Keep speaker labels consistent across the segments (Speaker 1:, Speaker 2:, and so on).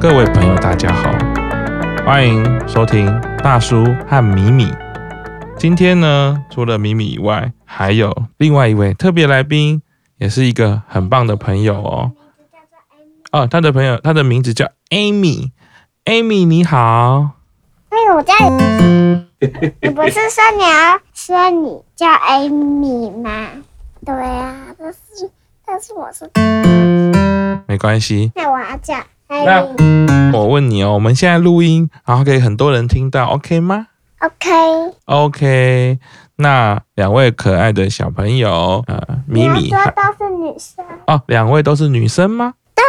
Speaker 1: 各位朋友，大家好，欢迎收听大叔和米米。今天呢，除了米米以外，还有另外一位特别来宾，也是一个很棒的朋友哦。哦，他的朋友，他的名字叫 Amy。Amy，你好。
Speaker 2: 因哎为我叫你， 你不是说你要说你叫 Amy 吗？对啊，但是但是我是，
Speaker 1: 没关系，
Speaker 2: 那我要叫 Amy。
Speaker 1: 我问你哦，我们现在录音，然后给很多人听到，OK 吗
Speaker 2: OK，
Speaker 1: ？OK。那两位可爱的小朋友，呃，米
Speaker 2: 你
Speaker 1: 米
Speaker 2: 要
Speaker 1: 和
Speaker 2: 说都是女生，
Speaker 1: 哦，两位都是女生吗？啊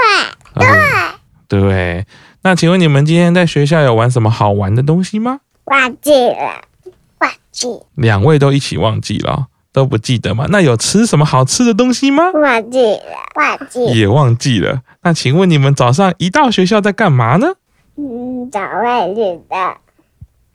Speaker 1: 对，对、对。那请问你们今天在学校有玩什么好玩的东西吗？
Speaker 2: 忘记了，忘记
Speaker 1: 两位都一起忘记了哦，都不记得吗？那有吃什么好吃的东西吗？
Speaker 2: 忘记了，忘记。
Speaker 1: 也忘记了。那请问你们早上一到学校在干嘛呢？
Speaker 2: 嗯，找外女的，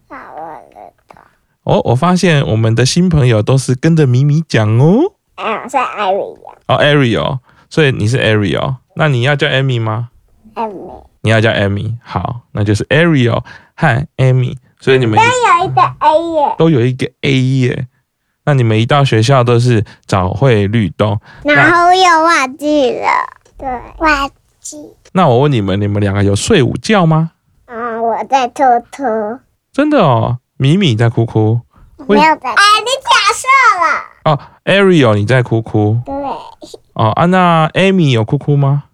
Speaker 2: 找我的头。
Speaker 1: 哦，我发现我们的新朋友都是跟着米米讲哦。
Speaker 2: 哎，我是 Amy
Speaker 1: 哦，Ariel，所以你是 Ariel，那你要叫 Amy 吗？
Speaker 2: Amy，
Speaker 1: 你要叫 Amy，好，那就是 Ariel 和 Amy，所以你们
Speaker 2: 有一个 A 耶，
Speaker 1: 都有一个 A 耶。那你们一到学校都是早会律动。
Speaker 2: 然后又忘记了，对，忘记。
Speaker 1: 那我问你们，你们两个有睡午觉吗？
Speaker 2: 嗯，我在偷偷。
Speaker 1: 真的哦，米米在哭哭为
Speaker 2: 没有的。哎，你假设了。
Speaker 1: 哦，Ariel 你在哭哭
Speaker 2: 对，
Speaker 1: 哦啊，那 Amy 有哭哭吗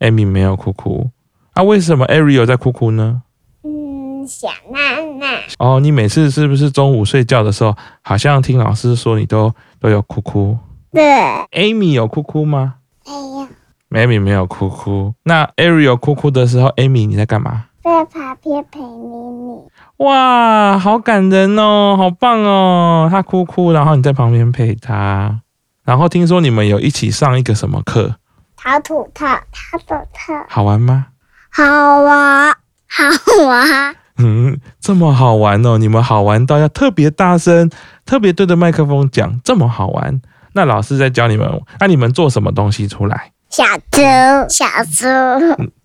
Speaker 1: ？Amy 没有哭哭啊，为什么 Ariel 在哭哭呢？
Speaker 2: 嗯，小娜娜，
Speaker 1: 哦，你每次是不是中午睡觉的时候，好像听老师说你都都有哭哭
Speaker 2: 对，哎
Speaker 1: ？Amy 有哭哭吗
Speaker 2: 呀，
Speaker 1: ？Amy 没有哭哭。那 Ariel 哭哭的时候，Amy 你在干嘛？
Speaker 2: 在旁边陪你你，
Speaker 1: 哇，好感人哦，好棒哦！他哭哭，然后你在旁边陪他。然后听说你们有一起上一个什么课，
Speaker 2: 陶土特，陶土特，
Speaker 1: 好玩吗？
Speaker 2: 好玩，好玩，
Speaker 1: 嗯，这么好玩哦！你们好玩到要特别大声，特别对着麦克风讲，这么好玩。那老师在教你们，那、你们做什么东西出来？
Speaker 2: 小猪，小猪，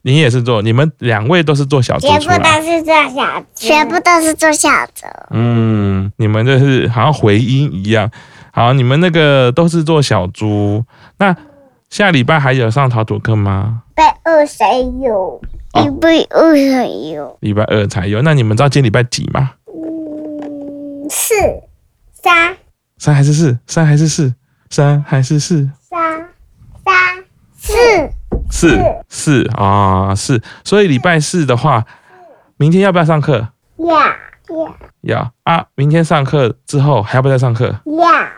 Speaker 1: 你也是做，你们两位都是做小猪
Speaker 2: 全
Speaker 1: 出
Speaker 2: 部
Speaker 1: 来。
Speaker 2: 都是做小猪，全部都是做小猪，
Speaker 1: 嗯，你们这是好像回音一样。好，你们那个都是做小猪。那下礼拜还有上陶土课吗？
Speaker 2: 被污水有，
Speaker 1: 哦
Speaker 2: 被污水有，
Speaker 1: 礼拜二才有。那你们知道今天礼拜几吗？
Speaker 2: 嗯，四，三，
Speaker 1: 三还是四？三还是四？三还是四？
Speaker 2: 三，三，四，
Speaker 1: 四四啊，四。所以礼拜四的话，明天要不要上课？
Speaker 2: 呀呀
Speaker 1: 要啊。明天上课之后还要不要再上课？
Speaker 2: 呀。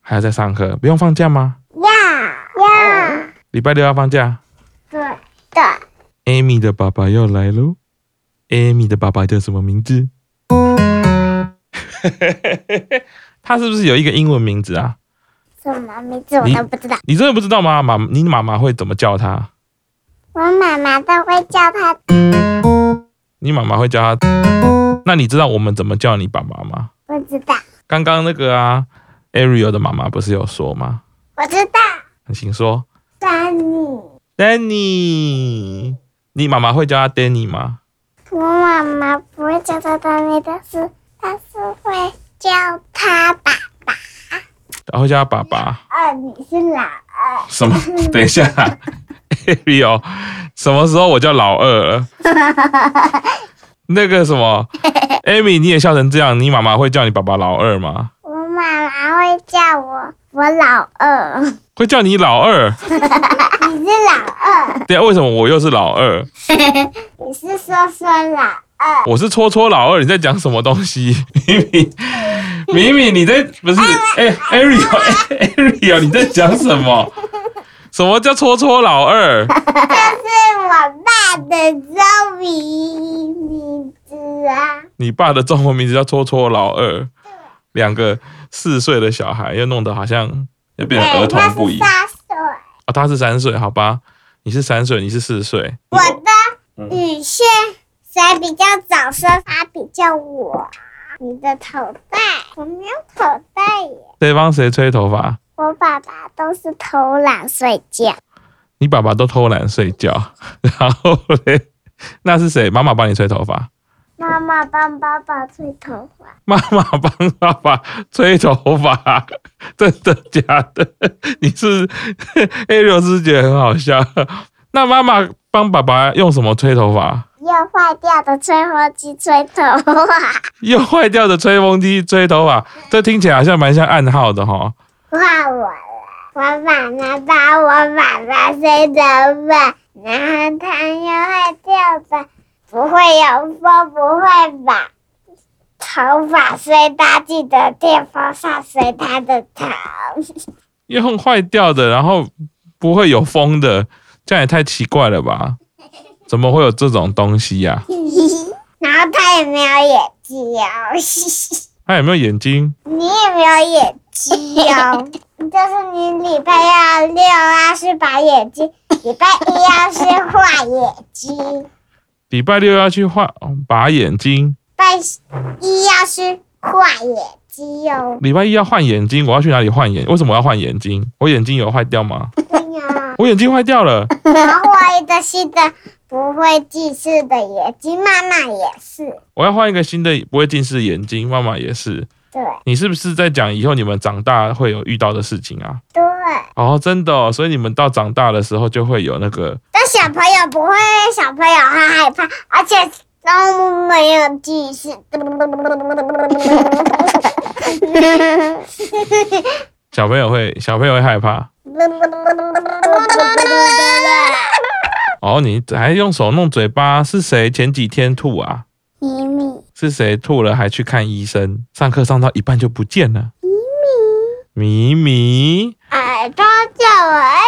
Speaker 1: 还要再上课，不用放假吗？
Speaker 2: 呀呀，
Speaker 1: 礼拜六要放假。
Speaker 2: 对对，
Speaker 1: Amy 的爸爸要来喽。Amy 的爸爸叫什么名字？他是不是有一个英文名字啊？
Speaker 2: 什么名字我
Speaker 1: 你
Speaker 2: 都不知道。
Speaker 1: 你真的不知道吗？妈，你妈妈会怎么叫他？
Speaker 2: 我妈妈都会叫他
Speaker 1: 你妈妈会叫他。那你知道我们怎么叫你爸爸吗？
Speaker 2: 不知道，
Speaker 1: 刚刚那个啊，Ariel 的妈妈不是有说吗？
Speaker 2: 我知道。
Speaker 1: 请说
Speaker 2: 丹尼，
Speaker 1: ，Danny。你妈妈会叫他 Danny 吗？
Speaker 2: 我妈妈不会叫他丹尼，但是但是会叫他爸爸。
Speaker 1: 然后叫他爸爸
Speaker 2: 哦，你是老二，
Speaker 1: 什么？等一下，Ariel，什么时候我叫老二了？那个什么，Amy，你也笑成这样，你妈妈会叫你爸爸老二吗？
Speaker 2: 我妈妈会叫我我老二，
Speaker 1: 会叫你老二？
Speaker 2: 你是老二，
Speaker 1: 对啊，为什么我又是老二？
Speaker 2: 你是说说老二。
Speaker 1: 我是戳戳老二，你在讲什么东西？ 米米，米米，你在不是？哎、艾 a r i e l a r i e 你在讲什么？什么叫戳戳老二？
Speaker 2: 是我爸的中文名字啊。
Speaker 1: 你爸的中文名字叫戳戳老二，两个四岁的小孩又弄得好像要变成儿童不宜啊、
Speaker 2: 对哎那是杀手
Speaker 1: 哦他是三岁，好吧？你是三岁，你是四岁。
Speaker 2: 我的雨线谁比较早生，他比较我。你的头戴，我没有头戴耶。
Speaker 1: 谁帮谁吹头发？
Speaker 2: 我爸爸都是偷懒睡觉，
Speaker 1: 你爸爸都偷懒睡觉，然后嘞，那是谁？妈妈帮你吹头发，
Speaker 2: 妈妈帮爸爸吹头发，
Speaker 1: 妈妈帮爸爸吹头发， 真的假的？你是 哎 Ariel 是不是觉得很好笑？那妈妈帮爸爸用什么吹头发？
Speaker 2: 用坏掉的吹风机吹头发。
Speaker 1: 用坏掉的吹风机吹头发，这听起来好像蛮像暗号的哈。
Speaker 2: 换我了，我妈妈帮我妈妈吹头发，然后它又坏掉的，不会有风，不会把头发吹到自己的电风扇，吹他的头。
Speaker 1: 用坏掉的，然后不会有风的，这样也太奇怪了吧？怎么会有这种东西呀、
Speaker 2: 然后它也没有眼睛 哦。
Speaker 1: 它有没有眼睛？
Speaker 2: 你也没有眼睛哦， 就是你礼拜要六啊是白眼睛，礼拜一要是画眼睛，
Speaker 1: 礼拜六要去画哦拔眼睛，
Speaker 2: 拜一要是画眼睛哦。
Speaker 1: 礼拜一要换眼睛，我要去哪里换眼？为什么我要换眼睛？我眼睛有坏掉吗？
Speaker 2: 对呀，
Speaker 1: 我眼睛坏掉了，
Speaker 2: 然后画一个新的不会近视的眼睛，妈妈也是，
Speaker 1: 我要换一个新的不会近视的眼睛。妈妈也是，
Speaker 2: 对
Speaker 1: 你是不是在讲以后你们长大会有遇到的事情啊？
Speaker 2: 对。
Speaker 1: 哦，真的哦，所以你们到长大的时候就会有那个
Speaker 2: 但小朋友不会，小朋友很害怕，而且都没有近视。
Speaker 1: 小朋友会小朋友会害怕。哦，你还用手弄嘴巴？是谁前几天吐啊？
Speaker 2: 米米，
Speaker 1: 是谁吐了还去看医生？上课上到一半就不见了。米米，米米，
Speaker 2: 耳朵叫我艾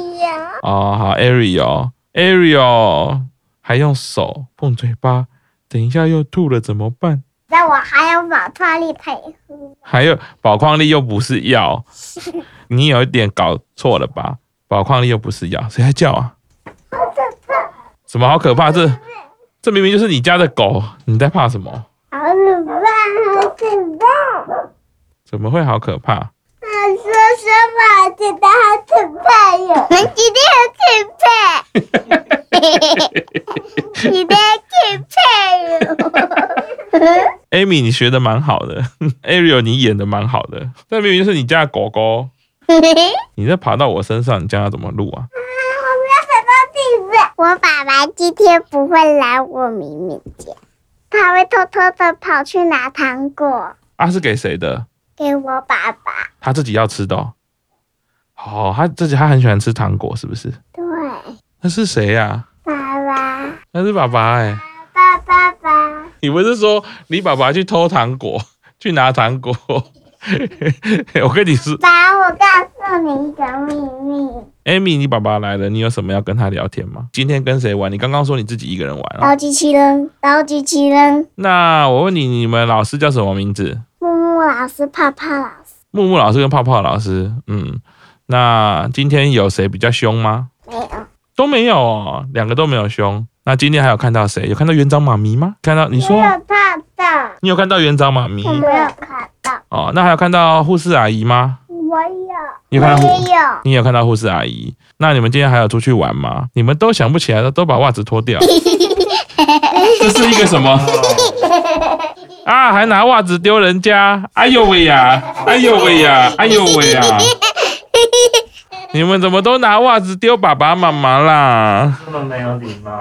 Speaker 2: 米呀，
Speaker 1: 哦，好，Ariel，Ariel，还用手碰嘴巴，等一下又吐了怎么办？
Speaker 2: 那我还有宝特力配合。
Speaker 1: 还有宝矿力又不是药，你有一点搞错了吧？宝矿力又不是药，谁在叫啊？什么好可怕？这这明明就是你家的狗，你在怕什么？
Speaker 2: 好可怕，好可怕！
Speaker 1: 怎么会好可怕？
Speaker 2: 啊，说说吧，真的好可怕哟！今天好可怕，今天好可怕哟！
Speaker 1: Amy，你学的蛮好的，Ariel 你演的蛮好的，但明明就是你家的狗狗，你这爬到我身上，你这样要怎么录啊？
Speaker 2: 我爸爸今天不会来我明明家，他会偷偷的跑去拿糖果
Speaker 1: 啊，是给谁的？
Speaker 2: 给我爸爸。
Speaker 1: 他自己要吃的哦。哦，他自己他很喜欢吃糖果，是不是？
Speaker 2: 对，
Speaker 1: 那是谁呀、
Speaker 2: 爸爸，
Speaker 1: 那是爸爸哎、
Speaker 2: 爸爸爸，
Speaker 1: 你不是说你爸爸去偷糖果， 去拿糖果？ 我跟你说
Speaker 2: 爸，我告诉你一个秘密，
Speaker 1: ，Amy，你爸爸来了，你有什么要跟他聊天吗？今天跟谁玩？你刚刚说你自己一个人玩哦。
Speaker 2: 倒机器人，倒机器人，
Speaker 1: 那我问你，你们老师叫什么名字？
Speaker 2: 木木老师，泡泡老师，
Speaker 1: 木木老师跟泡泡老师，嗯，那今天有谁比较凶吗？
Speaker 2: 没有，
Speaker 1: 都没有哦，两个都没有凶。那今天还有看到谁？有看到园长妈咪吗？看到你说
Speaker 2: 没有看到，
Speaker 1: 你有看到园长妈咪
Speaker 2: 我没有看到，
Speaker 1: 哦？那还有看到护士阿姨吗？
Speaker 2: 我有，
Speaker 1: 你有
Speaker 2: 我
Speaker 1: 看到
Speaker 2: 也有，
Speaker 1: 你有看到护士阿姨？那你们今天还有出去玩吗？你们都想不起来了，都把袜子脱掉。这是一个什么？啊，还拿袜子丢人家！哎呦喂呀！哎呦喂呀！哎呦喂呀！你们怎么都拿袜子丢爸爸妈妈啦？
Speaker 3: 这么没有礼貌。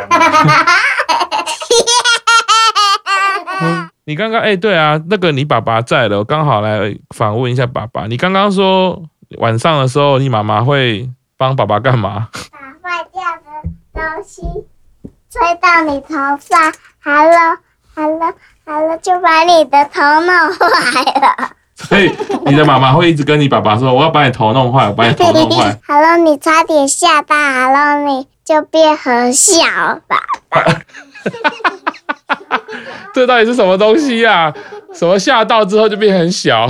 Speaker 1: 嗯你刚刚哎，对啊，那个你爸爸在了，我刚好来访问一下爸爸。你刚刚说晚上的时候，你妈妈会帮爸爸干嘛？
Speaker 2: 把坏掉的东西吹到你头上，hello hello hello，就把你的头弄坏了。
Speaker 1: 所以你的妈妈会一直跟你爸爸说：“我要把你头弄坏，我把你头弄坏。”
Speaker 2: hello，你差点吓到，hello，你就变很小吧。
Speaker 1: 这到底是什么东西呀、啊？什么吓到之后就变很小？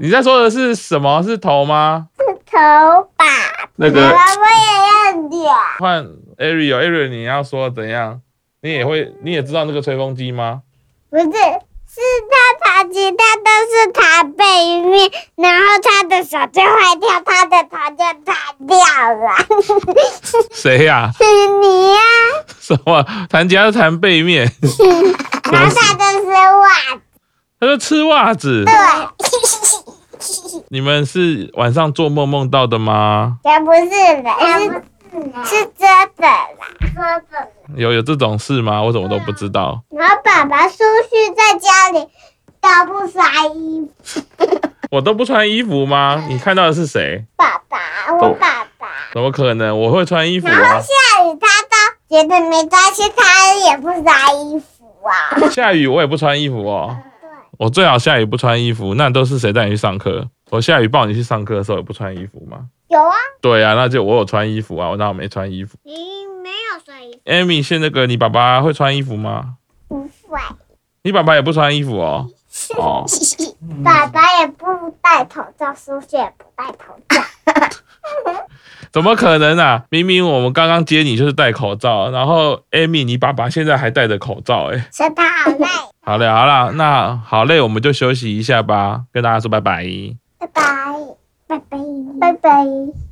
Speaker 1: 你在说的是什么？是头吗？
Speaker 2: 头吧，
Speaker 1: 那
Speaker 2: 妈
Speaker 1: 个
Speaker 2: 妈我也要点。
Speaker 1: 换 Ariel，Ariel，你要说怎样？你也会，你也知道那个吹风机吗？
Speaker 2: 不是，是他弹吉他，但是弹背面，然后他的手就坏掉，他的头就弹掉了。
Speaker 1: 谁呀、
Speaker 2: 是你呀、啊
Speaker 1: 什么？弹吉他是弹背面，
Speaker 2: 然后他就是袜子，
Speaker 1: 他说吃袜子。
Speaker 2: 对，
Speaker 1: 你们是晚上做梦梦到的吗？
Speaker 2: 也不是的，是是遮的啦，遮的。
Speaker 1: 有有这种事吗？我怎么都不知道。
Speaker 2: 然后爸爸叔叔在家里都不刷衣服，
Speaker 1: 我都不穿衣服吗？你看到的是谁？
Speaker 2: 爸爸，我爸爸。
Speaker 1: 怎么可能？我会穿衣服
Speaker 2: 然后
Speaker 1: 啊！
Speaker 2: 下雨他都觉得没关系，他也不刷衣服啊。
Speaker 1: 下雨我也不穿衣服哦。
Speaker 2: 对，
Speaker 1: 我最好下雨不穿衣服，那都是谁带你去上课？我下雨抱你去上课的时候也不穿衣服吗？
Speaker 2: 有啊，
Speaker 1: 对啊，那就我有穿衣服啊，我那我没穿衣服。
Speaker 2: 你没有刷衣
Speaker 1: Amy，现在那个你爸爸会穿衣服吗？
Speaker 2: 服，不会。
Speaker 1: 你爸爸也不穿衣服哦。哦，
Speaker 3: 嗯
Speaker 2: 爸爸也不戴口罩，叔叔也不戴口罩。
Speaker 1: 怎么可能啊？明明我们刚刚接你就是戴口罩，然后 Amy，你爸爸现在还戴着口罩、欸，哎，
Speaker 2: 所以他好累。
Speaker 1: 好嘞，好啦，那好嘞，我们就休息一下吧，跟大家说拜拜。
Speaker 2: 拜拜，拜拜，拜拜。